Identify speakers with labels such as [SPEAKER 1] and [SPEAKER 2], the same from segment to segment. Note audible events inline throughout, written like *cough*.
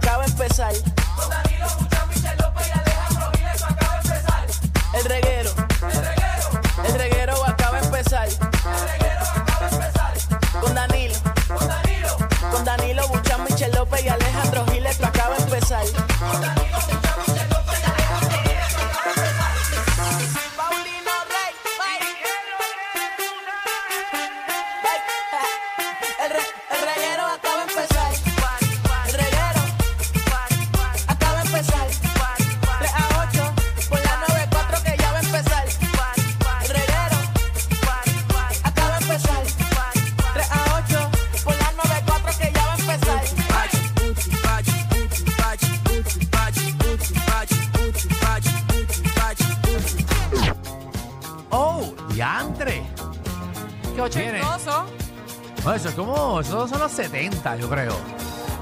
[SPEAKER 1] pasar.
[SPEAKER 2] Con Danilo Buchan, Michel López y Alejandro Giles, acaba de empezar.
[SPEAKER 1] El reguero,
[SPEAKER 2] El reguero,
[SPEAKER 1] el reguero acaba de empezar.
[SPEAKER 2] el reguero acaba de empezar.
[SPEAKER 1] Con Danilo,
[SPEAKER 2] Con Danilo,
[SPEAKER 1] con Danilo Buchan, Michel López y Alejandro Giles, esto acaba de empezar.
[SPEAKER 2] con Danilo Buchan, Michel López y Alejandro Giles, acaba de empezar.
[SPEAKER 1] Paulino Rey, El, re- el reguero acaba de empezar. El reguero acaba de empezar. 3 a 8, por la 9-4 que ya va a empezar. El reguero acaba de empezar. 3 a 8, por la 9-4 que ya va a empezar.
[SPEAKER 3] ¡Oh! ¡Diantre!
[SPEAKER 4] Qué ochentoso.
[SPEAKER 3] No, eso es como. Esos son los 70, yo creo.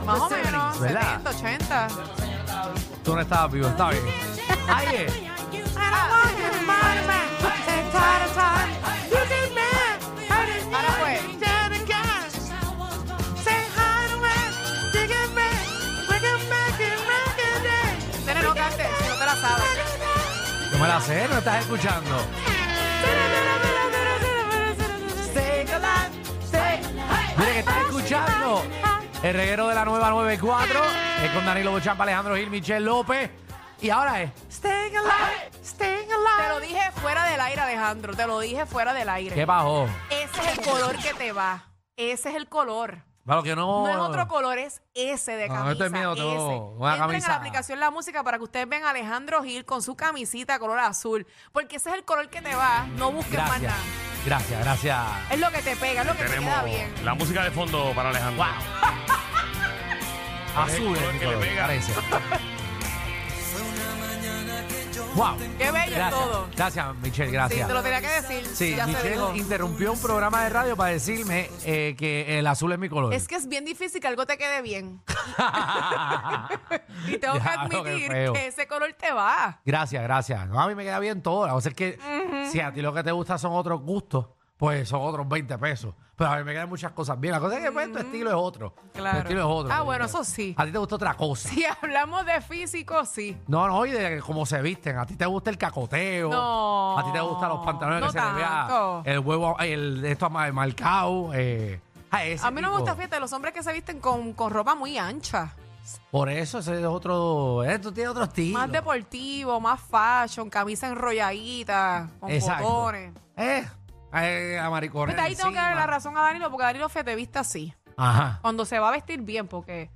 [SPEAKER 4] Más o
[SPEAKER 3] Los
[SPEAKER 4] menos.
[SPEAKER 3] 70s, ¿verdad?
[SPEAKER 4] 70, 80.
[SPEAKER 3] Tú no estabas vivo, está bien. eh, Ayer.
[SPEAKER 4] Ahora fue. Nene, no cantes, si no te la sabes.
[SPEAKER 3] No me la sé, no estás escuchando. Mire que estás escuchando. El reguero de la nueva 94 es con Danilo Bochampa, Alejandro Gil, Michel López. Y ahora es. Staying alive, staying
[SPEAKER 4] Te lo
[SPEAKER 3] alive.
[SPEAKER 4] dije fuera del aire, Alejandro. Te lo dije fuera del aire.
[SPEAKER 3] ¿Qué bajó?
[SPEAKER 4] Ese es el color que te va. Ese es el color.
[SPEAKER 3] Para lo que no.
[SPEAKER 4] No es otro color, es ese de
[SPEAKER 3] No,
[SPEAKER 4] camisa.
[SPEAKER 3] este es mío,
[SPEAKER 4] ese.
[SPEAKER 3] tengo una
[SPEAKER 4] Entren
[SPEAKER 3] camisa.
[SPEAKER 4] a la aplicación La Música para que ustedes vean a Alejandro Gil con su camisita color azul. Porque ese es el color que te va. No busques más
[SPEAKER 3] Gracias.
[SPEAKER 4] nada.
[SPEAKER 3] Gracias, gracias.
[SPEAKER 4] Es lo que te pega, es lo que
[SPEAKER 5] Tenemos
[SPEAKER 4] te queda bien.
[SPEAKER 5] la música de fondo para Alejandro.
[SPEAKER 3] Azul
[SPEAKER 5] Es el
[SPEAKER 3] es mi
[SPEAKER 5] que
[SPEAKER 3] color,
[SPEAKER 5] le pega.
[SPEAKER 3] parece. Wow.
[SPEAKER 4] Qué bello
[SPEAKER 3] gracias,
[SPEAKER 4] todo.
[SPEAKER 3] Gracias, Michelle,
[SPEAKER 4] Sí,
[SPEAKER 3] gracias.
[SPEAKER 4] te lo tenía que decir.
[SPEAKER 3] Sí,
[SPEAKER 4] ya se
[SPEAKER 3] Michelle
[SPEAKER 4] dijo.
[SPEAKER 3] interrumpió un programa de radio para decirme eh, que el azul es mi color.
[SPEAKER 4] Es que es bien difícil que algo te quede
[SPEAKER 3] *laughs*
[SPEAKER 4] bien. Y tengo que
[SPEAKER 3] Diablo, qué
[SPEAKER 4] admitir
[SPEAKER 3] feo.
[SPEAKER 4] que ese color te va.
[SPEAKER 3] Gracias, gracias. No, a mí me queda bien todo. La cosa es que si a ti lo que te gusta son otros gustos, pues son otros 20 pesos. Pero a mí me quedan muchas cosas bien. La cosa es que pues, tu estilo es otro.
[SPEAKER 4] Claro.
[SPEAKER 3] Tu estilo es otro.
[SPEAKER 4] Ah, bueno, eso sí.
[SPEAKER 3] A ti te gusta otra cosa.
[SPEAKER 4] Si hablamos de físico, sí.
[SPEAKER 3] No, no, y de cómo se visten. A ti te gusta el cacoteo.
[SPEAKER 4] No,
[SPEAKER 3] A ti te gustan los pantalones
[SPEAKER 4] no
[SPEAKER 3] que se le vea
[SPEAKER 4] tanto.
[SPEAKER 3] el huevo, el esto ama- marcado. eh, ah, ese
[SPEAKER 4] A mí no me
[SPEAKER 3] tipo.
[SPEAKER 4] gusta, fíjate, los hombres que se visten con, con ropa muy ancha.
[SPEAKER 3] Por eso ese es otro. Esto tiene otro estilo.
[SPEAKER 4] Más deportivo, más fashion, camisa enrolladita, con
[SPEAKER 3] Exacto.
[SPEAKER 4] botones.
[SPEAKER 3] Eh, eh, a maricones
[SPEAKER 4] Pero ahí tengo que darle
[SPEAKER 3] encima.
[SPEAKER 4] la razón a Danilo, porque Danilo Fe te viste así.
[SPEAKER 3] Ajá.
[SPEAKER 4] Cuando se va a vestir bien, porque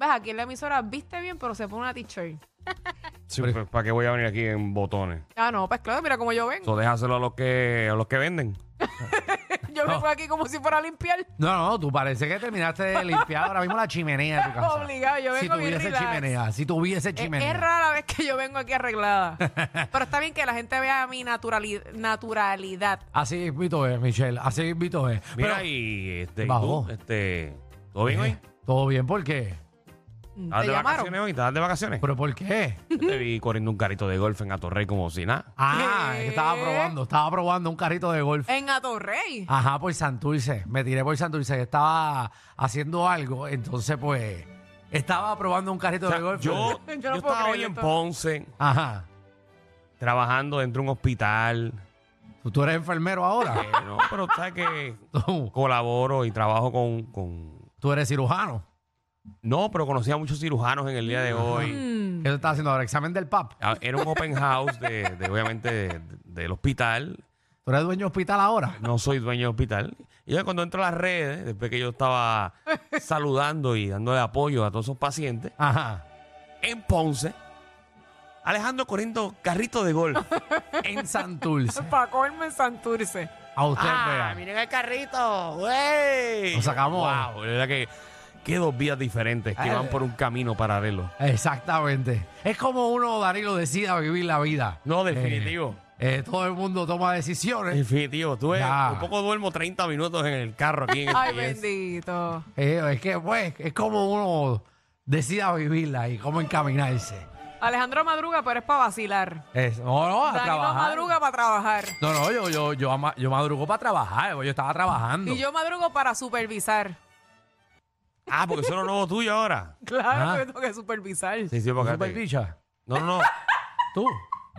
[SPEAKER 4] ves aquí en la emisora viste bien, pero se pone una t-shirt.
[SPEAKER 5] Sí, pues, ¿Para qué voy a venir aquí en botones?
[SPEAKER 4] Ah, no, pues claro, mira cómo yo vengo.
[SPEAKER 5] Eso déjaselo a los que, a los que venden.
[SPEAKER 4] Yo me fui aquí como si fuera a limpiar.
[SPEAKER 3] No, no, tú parece que terminaste de limpiar ahora mismo la chimenea de tu casa.
[SPEAKER 4] Obligado, yo
[SPEAKER 3] Si
[SPEAKER 4] vengo bien
[SPEAKER 3] tuviese
[SPEAKER 4] relax.
[SPEAKER 3] chimenea, si tuviese
[SPEAKER 4] Es,
[SPEAKER 3] chimenea.
[SPEAKER 4] es rara la vez que yo vengo aquí arreglada. pero está bien que la gente vea mi naturali- naturalidad.
[SPEAKER 3] Así invito es, Michelle. Así invito es.
[SPEAKER 5] Mira,
[SPEAKER 3] Pero-
[SPEAKER 5] y este, ¿y
[SPEAKER 3] Bajó.
[SPEAKER 5] tú, este, ¿todo bien hoy?
[SPEAKER 3] ¿Todo bien? ¿Por qué?
[SPEAKER 5] ¿Estás
[SPEAKER 4] ¿Te
[SPEAKER 5] Ah, de
[SPEAKER 4] llamaron?
[SPEAKER 5] vacaciones hoy? ¿Estás de vacaciones?
[SPEAKER 3] ¿Pero por qué?
[SPEAKER 5] Yo te vi corriendo un carrito de golf en Atorrey como si nada.
[SPEAKER 3] Ah,
[SPEAKER 4] ¿Qué?
[SPEAKER 3] estaba probando, estaba probando un carrito de golf.
[SPEAKER 4] En Atorrey.
[SPEAKER 3] Ajá, por Santurce. Me tiré por Santurce. que Estaba haciendo algo, entonces pues estaba probando un carrito
[SPEAKER 5] O
[SPEAKER 3] *laughs*
[SPEAKER 5] sea,
[SPEAKER 3] de golf. *laughs*
[SPEAKER 5] yo,
[SPEAKER 4] Yo no
[SPEAKER 5] yo
[SPEAKER 4] puedo
[SPEAKER 5] estaba hoy
[SPEAKER 4] creerlo
[SPEAKER 5] en
[SPEAKER 4] todo.
[SPEAKER 5] Ponce
[SPEAKER 3] Ajá.
[SPEAKER 5] trabajando dentro de un hospital.
[SPEAKER 3] ¿Tú, tú eres enfermero ahora.
[SPEAKER 5] Eh, no, pero sabes que
[SPEAKER 3] tú,
[SPEAKER 5] colaboro y trabajo con, con...
[SPEAKER 3] tú eres cirujano.
[SPEAKER 5] No, pero conocí a muchos cirujanos en el día de hoy.
[SPEAKER 3] ¿Qué tú estás haciendo ahora? ¿Examen del PAP?
[SPEAKER 5] Ah, Era un open house de, de, obviamente, de- de- del hospital.
[SPEAKER 3] ¿Tú eres dueño de hospital ahora?
[SPEAKER 5] No soy dueño del hospital. Y yo cuando entro a las redes, después que yo estaba saludando y dándole apoyo a todos esos pacientes,
[SPEAKER 3] Ajá.
[SPEAKER 5] en Ponce, Alejandro corriendo carrito de *laughs* golf.
[SPEAKER 3] En Santurce.
[SPEAKER 4] Para comerme en Santurce.
[SPEAKER 3] A usted pues. vea.
[SPEAKER 5] Ah, miren el carrito! ¡Wey!
[SPEAKER 3] Nos sacamos.
[SPEAKER 5] ¡Wow! La verdad que, que dos vías diferentes que
[SPEAKER 3] Ah.
[SPEAKER 5] van por un camino paralelo.
[SPEAKER 3] Exactamente. Es como uno, Danilo, decida vivir la vida.
[SPEAKER 5] No, definitivo.
[SPEAKER 3] Eh, eh, todo el mundo toma decisiones.
[SPEAKER 5] Definitivo, tú ves,
[SPEAKER 3] Ya.
[SPEAKER 5] un poco duermo 30 minutos en el carro aquí en este el
[SPEAKER 4] Ay,
[SPEAKER 5] PS.
[SPEAKER 4] bendito.
[SPEAKER 3] Eh, es que, pues, es como uno decida vivirla y cómo encaminarse.
[SPEAKER 4] Alejandro madruga, pero es para vacilar.
[SPEAKER 3] Es- no, no, a
[SPEAKER 4] Danilo
[SPEAKER 3] trabajar.
[SPEAKER 4] madruga para trabajar.
[SPEAKER 3] No, no, yo, yo, yo, ama- yo madrugo para trabajar. Yo estaba trabajando.
[SPEAKER 4] Y yo madrugo para supervisar.
[SPEAKER 5] Ah, porque eso es lo nuevo tuyo ahora.
[SPEAKER 4] *laughs* Claro,
[SPEAKER 3] Ah.
[SPEAKER 4] porque tengo que supervisar.
[SPEAKER 5] Sí, sí, porque
[SPEAKER 3] Super bicha.
[SPEAKER 5] No, no, no.
[SPEAKER 3] Tú.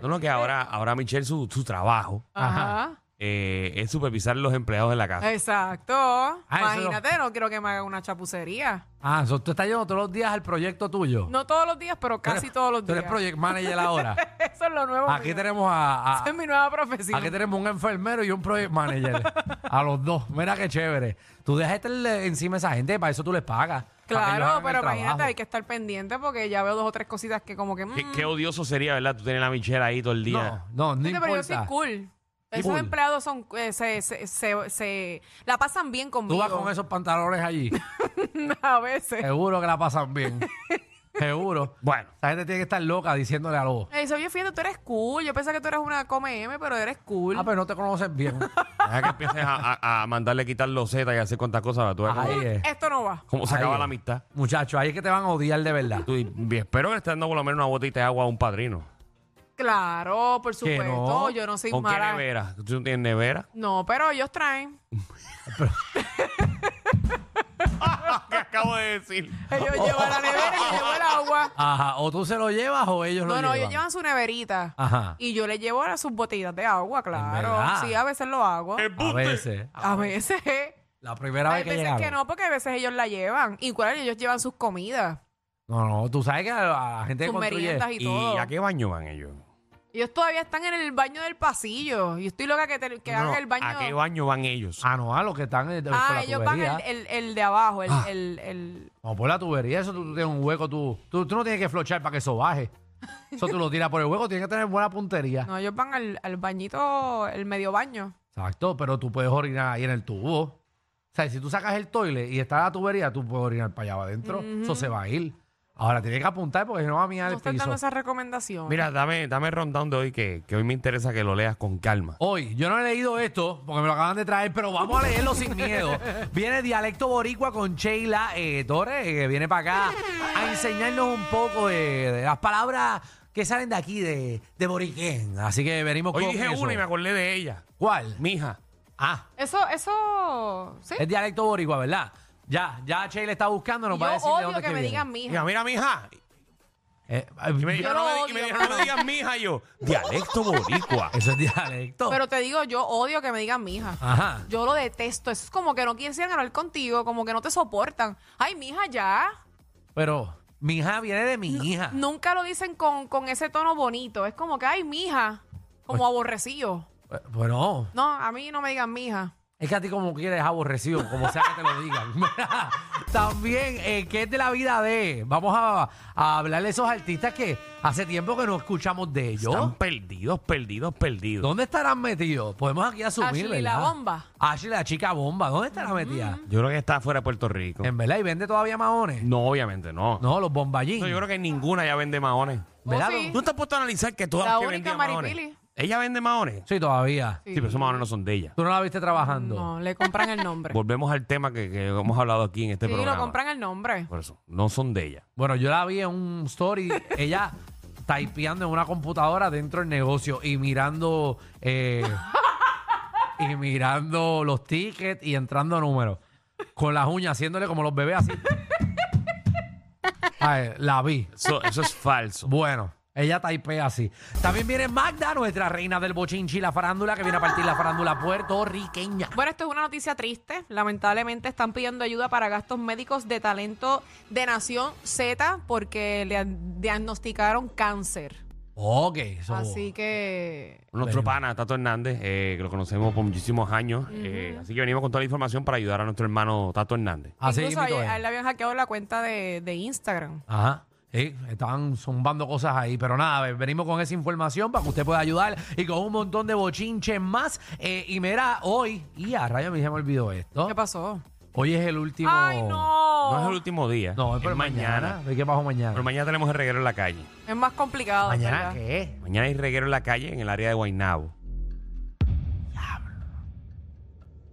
[SPEAKER 5] No, no, que ahora, ahora Michelle, su, su trabajo
[SPEAKER 4] Ajá.
[SPEAKER 5] eh, es supervisar los empleados de la casa.
[SPEAKER 4] Exacto.
[SPEAKER 3] Ah, eso
[SPEAKER 4] Imagínate, no quiero que me hagan una chapucería.
[SPEAKER 3] Ah, so, tú estás yendo todos los días al proyecto tuyo.
[SPEAKER 4] No todos los días, pero casi todos los
[SPEAKER 3] Tú
[SPEAKER 4] días.
[SPEAKER 3] eres project manager ahora.
[SPEAKER 4] *laughs* Eso es lo nuevo.
[SPEAKER 3] Aquí
[SPEAKER 4] mío.
[SPEAKER 3] tenemos a, a-
[SPEAKER 4] Esa *laughs* es mi nueva profesión.
[SPEAKER 3] aquí tenemos un enfermero y un project
[SPEAKER 4] *laughs*
[SPEAKER 3] manager. a los dos. Mira qué chévere. Tú dejas estar encima a esa gente, para eso tú les pagas. para que ellos
[SPEAKER 4] Claro,
[SPEAKER 3] hagan
[SPEAKER 4] pero
[SPEAKER 3] el trabajo.
[SPEAKER 4] imagínate, hay que estar pendiente porque ya veo dos o tres cositas que como que... mm,
[SPEAKER 5] Qué, qué odioso sería, ¿verdad? Tú tienes a Michelle ahí todo el día.
[SPEAKER 3] No, no, no
[SPEAKER 4] fíjate, pero yo soy
[SPEAKER 3] importa.
[SPEAKER 4] cool. Esos
[SPEAKER 3] Cool.
[SPEAKER 4] empleados son, eh, se, se, se- se- la pasan bien conmigo.
[SPEAKER 3] Tú vas con esos pantalones allí.
[SPEAKER 4] *laughs* A veces.
[SPEAKER 3] Seguro que la pasan
[SPEAKER 4] *laughs*
[SPEAKER 3] bien. Seguro.
[SPEAKER 5] Bueno,
[SPEAKER 3] Esa gente tiene que estar loca diciéndole a los.
[SPEAKER 4] Me dice, oye, fíjate, tú eres cool. Yo pensaba que tú eras una come M, pero eres cool.
[SPEAKER 3] Ah, pero no te conoces
[SPEAKER 4] *laughs*
[SPEAKER 3] bien.
[SPEAKER 5] deja que empieces a, a- a mandarle quitar los Z y hacer cuantas cosas. ¿verdad? Tú ves
[SPEAKER 3] Ahí
[SPEAKER 5] cómo,
[SPEAKER 3] es.
[SPEAKER 4] Esto no va.
[SPEAKER 5] cómo se
[SPEAKER 3] Ahí
[SPEAKER 5] acaba
[SPEAKER 3] es.
[SPEAKER 5] la amistad.
[SPEAKER 3] Muchachos, ahí es que te van a odiar de verdad.
[SPEAKER 5] Tú, y espero que le estés dando por lo menos una botita de agua a un padrino.
[SPEAKER 4] Claro, por supuesto.
[SPEAKER 3] no.
[SPEAKER 4] Yo no soy
[SPEAKER 5] ¿Con qué
[SPEAKER 4] mala.
[SPEAKER 5] nevera? ¿Tú no tienes nevera?
[SPEAKER 4] No, pero ellos traen.
[SPEAKER 5] ¿Qué acabo de decir?
[SPEAKER 4] Ellos llevan la nevera y yo llevo el agua.
[SPEAKER 3] Ajá, o tú se lo llevas o ellos lo
[SPEAKER 4] No,
[SPEAKER 3] llevan.
[SPEAKER 4] no, ellos llevan su neverita.
[SPEAKER 3] Ajá.
[SPEAKER 4] Y yo les llevo ahora sus botellas de agua,
[SPEAKER 3] verdad?
[SPEAKER 4] claro. Sí, a veces lo hago.
[SPEAKER 3] A veces.
[SPEAKER 4] A veces.
[SPEAKER 3] La primera vez
[SPEAKER 4] Hay
[SPEAKER 3] que
[SPEAKER 4] veces
[SPEAKER 3] llegaron.
[SPEAKER 4] que no, porque a veces ellos la llevan. Y cuál, ellos llevan sus comidas,
[SPEAKER 3] no. no, tú sabes que a la gente que
[SPEAKER 4] sus
[SPEAKER 3] construye.
[SPEAKER 4] meriendas y,
[SPEAKER 5] ¿Y
[SPEAKER 4] todo.
[SPEAKER 5] a qué baño van ellos?
[SPEAKER 4] Ellos todavía están en el baño del pasillo. Yo estoy loca que, te- que
[SPEAKER 5] No,
[SPEAKER 4] hagan
[SPEAKER 5] no,
[SPEAKER 4] el baño.
[SPEAKER 5] ¿A qué baño van ellos?
[SPEAKER 3] Ah, no, a los que están eh, de- por
[SPEAKER 4] ah,
[SPEAKER 3] la Ah.
[SPEAKER 4] ellos van
[SPEAKER 3] tubería.
[SPEAKER 4] el, el, el de abajo, el, el, el-
[SPEAKER 3] No, por la tubería, eso tú, tú tienes un hueco, tú, tú, tú no tienes que flochar para que eso baje. Eso tú lo tiras por el hueco, tienes que tener buena puntería.
[SPEAKER 4] No, ellos van al, al bañito, el medio baño.
[SPEAKER 3] Exacto, pero tú puedes orinar ahí en el tubo. O sea, si tú sacas el toile y está la tubería, tú puedes orinar para allá adentro. Eso se va a ir. Ahora tienes que apuntar porque si no va a mirar
[SPEAKER 4] No
[SPEAKER 3] el
[SPEAKER 4] están dando
[SPEAKER 3] piso.
[SPEAKER 4] esa recomendación.
[SPEAKER 5] Mira, dame, dame el rundown de hoy que, que hoy me interesa que lo leas con calma.
[SPEAKER 3] Hoy, yo no he leído esto porque me lo acaban de traer, pero vamos a leerlo sin miedo. Viene Dialecto Boricua con Sheila eh, Torres, eh, que viene para acá a enseñarnos un poco de, de las palabras que salen de aquí, de, de Boriquén. Así que venimos
[SPEAKER 5] Hoy
[SPEAKER 3] con
[SPEAKER 5] dije
[SPEAKER 3] eso.
[SPEAKER 5] una y me acordé de ella.
[SPEAKER 3] ¿Cuál?
[SPEAKER 5] Mija.
[SPEAKER 3] Ah,
[SPEAKER 4] Eso, eso. Sí.
[SPEAKER 3] es Dialecto Boricua, ¿verdad? Ya, ya Sheila está buscando, nos va a
[SPEAKER 4] yo
[SPEAKER 3] decir de dónde
[SPEAKER 4] odio
[SPEAKER 3] es
[SPEAKER 4] que me
[SPEAKER 3] viene.
[SPEAKER 4] digan mija.
[SPEAKER 5] Mira, mira, mija.
[SPEAKER 3] Eh,
[SPEAKER 5] Y me dijeron,
[SPEAKER 4] lo
[SPEAKER 5] no me, di- y me
[SPEAKER 4] odio.
[SPEAKER 5] dijeron, no me digas mija yo. Dialecto *laughs* boricua.
[SPEAKER 3] Eso es dialecto.
[SPEAKER 4] Pero te digo, yo odio que me digan mija.
[SPEAKER 3] Ajá.
[SPEAKER 4] Yo lo detesto. Eso es como que no quisieran hablar contigo, como que no te soportan. Ay, mija, ya.
[SPEAKER 3] Pero mi hija viene de mi hija.
[SPEAKER 4] Nunca lo dicen con, con ese tono bonito. Es como que, ay, mija. Como aborrecido.
[SPEAKER 3] Bu- Eh, Bueno,
[SPEAKER 4] No, a mí no me digan mija.
[SPEAKER 3] es que a ti como quieres es aborrecido, como sea que te lo digan. *laughs* Mira, También, eh, ¿qué es de la vida de? Vamos a, a hablar de esos artistas que hace tiempo que no escuchamos de ellos.
[SPEAKER 5] Están perdidos, perdidos, perdidos.
[SPEAKER 3] ¿Dónde estarán metidos? Podemos aquí asumir,
[SPEAKER 4] Ashley,
[SPEAKER 3] ¿verdad?
[SPEAKER 4] la bomba.
[SPEAKER 3] Ashley, la chica bomba. ¿Dónde estará metida?
[SPEAKER 5] Yo creo que está fuera de Puerto Rico.
[SPEAKER 3] ¿En verdad? ¿Y vende todavía maones?
[SPEAKER 5] Eh, No, obviamente no.
[SPEAKER 3] No, los bomballín.
[SPEAKER 5] No, Yo creo que ninguna ya vende maones.
[SPEAKER 3] ¿Verdad?
[SPEAKER 4] Oh, sí.
[SPEAKER 5] ¿Tú te has puesto a analizar que todas
[SPEAKER 4] La
[SPEAKER 5] las que
[SPEAKER 4] única
[SPEAKER 5] vendían maones?
[SPEAKER 4] Maripili.
[SPEAKER 5] ¿Ella vende maones?
[SPEAKER 3] Sí, todavía.
[SPEAKER 5] Sí, pero esos maones no son de ella.
[SPEAKER 3] ¿Tú no la viste trabajando?
[SPEAKER 4] No, le compran
[SPEAKER 3] *laughs*
[SPEAKER 4] el nombre.
[SPEAKER 5] Volvemos al tema que, que hemos hablado aquí en este
[SPEAKER 4] Sí,
[SPEAKER 5] programa.
[SPEAKER 4] lo compran el nombre.
[SPEAKER 5] Por eso, no son de ella.
[SPEAKER 3] Bueno, yo la vi en un story, ella typeando en una computadora dentro del negocio y mirando eh, y mirando los tickets y entrando números. Con las uñas, haciéndole como los bebés así. Ay, la vi.
[SPEAKER 5] Eso, eso es *laughs* falso.
[SPEAKER 3] Bueno, ella typea así. También viene Magda, nuestra reina del bochinchi, y la farándula, que viene a partir la farándula puertorriqueña.
[SPEAKER 4] Bueno, esto es una noticia triste. Lamentablemente están pidiendo ayuda para gastos médicos de talento de Nación Z porque le an- diagnosticaron cáncer.
[SPEAKER 3] Ok,
[SPEAKER 5] Oh.
[SPEAKER 3] eso.
[SPEAKER 4] Así que...
[SPEAKER 5] Nuestro pana, Tato Hernández, eh, que lo conocemos por muchísimos años. eh, así que venimos con toda la información para ayudar a nuestro hermano Tato Hernández.
[SPEAKER 3] Así
[SPEAKER 4] Incluso
[SPEAKER 3] mismito
[SPEAKER 5] eh.
[SPEAKER 4] ayer
[SPEAKER 3] es.
[SPEAKER 4] a él le habían hackeado la cuenta de, de Instagram.
[SPEAKER 3] Ajá. Sí, estaban zumbando cosas ahí, pero nada, ve- venimos con esa información para que usted pueda ayudar y con un montón de bochinches más. Eh, y mira, hoy, y a rayos, a mí se me olvidó esto.
[SPEAKER 4] ¿Qué pasó?
[SPEAKER 3] Hoy es el último.
[SPEAKER 4] ¡Ay,
[SPEAKER 5] Oh. No es
[SPEAKER 4] no!
[SPEAKER 5] el último día.
[SPEAKER 3] No, es por mañana. ¿De qué pasó mañana?
[SPEAKER 5] Pero mañana tenemos el reguero en la calle.
[SPEAKER 4] Es más complicado.
[SPEAKER 3] ¿Mañana
[SPEAKER 4] ¿verdad?
[SPEAKER 3] qué?
[SPEAKER 5] Mañana hay reguero en la calle en el área de Guaynabo.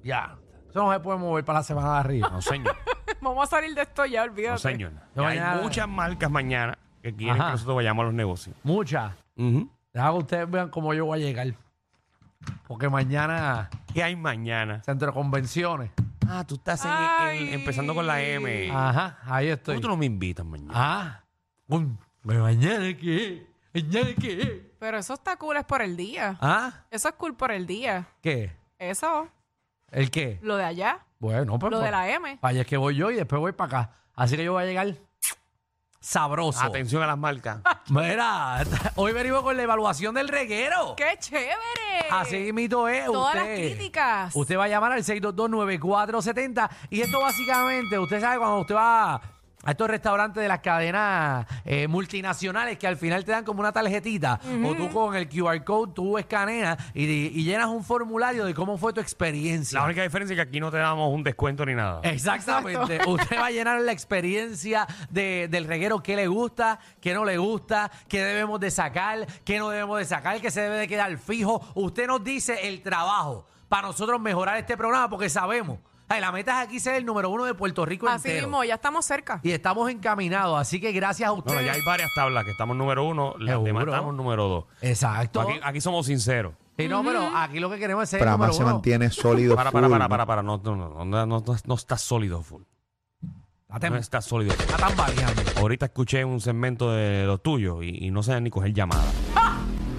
[SPEAKER 3] Ya. Eso no se puede mover para la semana de
[SPEAKER 5] *laughs*
[SPEAKER 3] arriba.
[SPEAKER 5] No, señor.
[SPEAKER 4] *laughs* Vamos a salir de esto ya, olvídate.
[SPEAKER 5] No, señor.
[SPEAKER 3] Yo
[SPEAKER 5] Ya
[SPEAKER 3] mañana-
[SPEAKER 5] Hay muchas marcas mañana que quieren
[SPEAKER 3] Ajá.
[SPEAKER 5] que nosotros vayamos a los negocios.
[SPEAKER 3] Muchas.
[SPEAKER 5] Ujú.
[SPEAKER 3] Deja que ustedes vean cómo yo voy a llegar. Porque mañana,
[SPEAKER 5] ¿Qué hay mañana?
[SPEAKER 3] centro de convenciones.
[SPEAKER 5] Ah, tú estás en-
[SPEAKER 4] Ay.
[SPEAKER 5] en- empezando con la M.
[SPEAKER 3] Ajá, ahí
[SPEAKER 5] ¿Por
[SPEAKER 3] estoy.
[SPEAKER 5] qué Ah, tú no me invitas mañana?
[SPEAKER 3] Ah, un- pero mañana qué, mañana qué.
[SPEAKER 4] Pero eso está cool, es por el día.
[SPEAKER 3] Ah,
[SPEAKER 4] Eso es cool por el día.
[SPEAKER 3] ¿qué?
[SPEAKER 4] Eso,
[SPEAKER 3] ¿El qué?
[SPEAKER 4] lo de allá,
[SPEAKER 3] Bueno, pues.
[SPEAKER 4] lo
[SPEAKER 3] pues,
[SPEAKER 4] de la E. M.
[SPEAKER 3] Para allá es que voy yo y después voy para acá. Así que yo voy a llegar sabroso.
[SPEAKER 5] Atención a las marcas.
[SPEAKER 3] Mira, *laughs* hoy venimos con la evaluación del reguero.
[SPEAKER 4] ¡Qué chévere!
[SPEAKER 3] Así mito es.
[SPEAKER 4] Todas
[SPEAKER 3] usted,
[SPEAKER 4] las críticas.
[SPEAKER 3] Usted va a llamar al 622-9470. Y esto básicamente, usted sabe cuando usted va a estos restaurantes de las cadenas eh, multinacionales que al final te dan como una tarjetita. O tú con el QR code, tú escaneas y, y llenas un formulario de cómo fue tu experiencia.
[SPEAKER 5] La única diferencia es que aquí no te damos un descuento ni nada.
[SPEAKER 3] Exactamente. *laughs* Usted va a llenar la experiencia de- del reguero que le gusta, que no le gusta, que debemos de sacar, que no debemos de sacar, que se debe de quedar fijo. Usted nos dice el trabajo para nosotros mejorar este programa porque sabemos. ay, la meta es aquí ser el número uno de Puerto Rico
[SPEAKER 4] Así
[SPEAKER 3] entero.
[SPEAKER 4] mismo, ya estamos cerca.
[SPEAKER 3] Y estamos encaminados, así que gracias a
[SPEAKER 5] No, no,
[SPEAKER 3] ustedes.
[SPEAKER 5] ya hay varias tablas que estamos número uno, las
[SPEAKER 3] Seguro.
[SPEAKER 5] demás estamos número dos.
[SPEAKER 3] Exacto.
[SPEAKER 5] Aquí, aquí somos sinceros.
[SPEAKER 3] Sí, no, pero aquí lo que queremos es ser el
[SPEAKER 6] Prama
[SPEAKER 3] número
[SPEAKER 6] se
[SPEAKER 3] uno.
[SPEAKER 6] mantiene sólido.
[SPEAKER 5] Para, para,
[SPEAKER 6] full,
[SPEAKER 5] para,
[SPEAKER 6] ¿no?
[SPEAKER 5] para, para. No, no, no, no, no, no, no está sólido full.
[SPEAKER 3] Está tem-
[SPEAKER 5] No está sólido.
[SPEAKER 3] está tambaleando.
[SPEAKER 5] Ahorita escuché un segmento de los tuyos y, y no sabían ni coger llamada.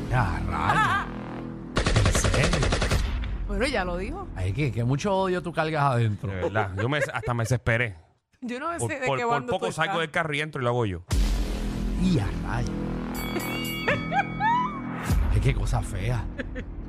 [SPEAKER 3] Ya, rayos.
[SPEAKER 4] *laughs*
[SPEAKER 3] ¿En serio?
[SPEAKER 4] Bueno, ya lo dijo.
[SPEAKER 3] Ay, que, que mucho odio tú cargas adentro.
[SPEAKER 5] De verdad. Yo me, hasta me desesperé.
[SPEAKER 4] Yo no sé
[SPEAKER 5] Por,
[SPEAKER 4] de
[SPEAKER 5] por-
[SPEAKER 4] qué
[SPEAKER 5] por
[SPEAKER 4] bando
[SPEAKER 5] poco
[SPEAKER 4] tú
[SPEAKER 5] salgo
[SPEAKER 4] estás.
[SPEAKER 5] del carro y entro y lo hago yo.
[SPEAKER 3] Y a rayos. Ay, qué cosa fea.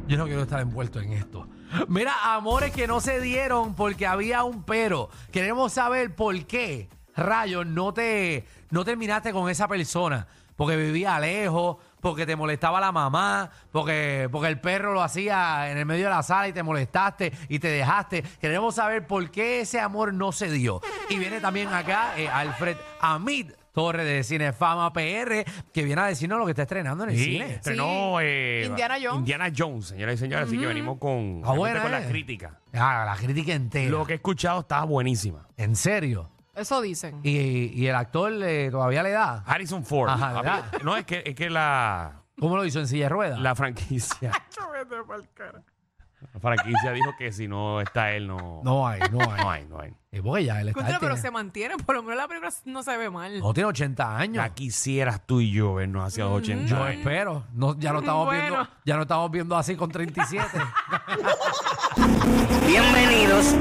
[SPEAKER 3] Yo no quiero estar envuelto en esto. Mira, amores que no se dieron porque había un pero. Queremos saber por qué, rayos, no te no terminaste con esa persona. Porque vivía lejos, porque te molestaba la mamá, porque, porque el perro lo hacía en el medio de la sala y te molestaste y te dejaste. Queremos saber por qué ese amor no se dio. Y viene también acá eh, Alfred Amid Torre de Cinefama PR, que viene a decirnos lo que está estrenando en el
[SPEAKER 5] Sí,
[SPEAKER 3] cine.
[SPEAKER 5] estrenó eh,
[SPEAKER 4] Indiana Jones.
[SPEAKER 5] Indiana Jones, señoras y señores. Así que venimos con,
[SPEAKER 3] Ah, buena,
[SPEAKER 5] con
[SPEAKER 3] eh.
[SPEAKER 5] la crítica.
[SPEAKER 3] Ah, la crítica entera.
[SPEAKER 5] Lo que he escuchado estaba buenísima.
[SPEAKER 3] En serio.
[SPEAKER 4] Eso dicen.
[SPEAKER 3] Y, y el actor le- todavía le da.
[SPEAKER 5] Harrison Ford.
[SPEAKER 3] Ajá, ¿verdad?
[SPEAKER 5] Papi, no, es que, es que la,
[SPEAKER 3] ¿Cómo lo hizo en silla de ruedas?
[SPEAKER 5] la franquicia. la franquicia dijo que si no está él, no,
[SPEAKER 3] No hay, no hay.
[SPEAKER 5] *laughs* no hay. No hay.
[SPEAKER 3] Es porque ya él está.
[SPEAKER 4] Contra,
[SPEAKER 3] él
[SPEAKER 4] pero
[SPEAKER 3] tiene-
[SPEAKER 4] se mantiene. Por lo menos la película no se ve mal.
[SPEAKER 3] No tiene 80 años.
[SPEAKER 5] Ya quisieras tú y yo vernos hacia los 80.
[SPEAKER 3] Yo
[SPEAKER 5] años.
[SPEAKER 3] espero. No, ya no estamos
[SPEAKER 4] Bueno. *laughs*
[SPEAKER 3] viendo, ya no estamos viendo así con 37.
[SPEAKER 1] Bienvenidos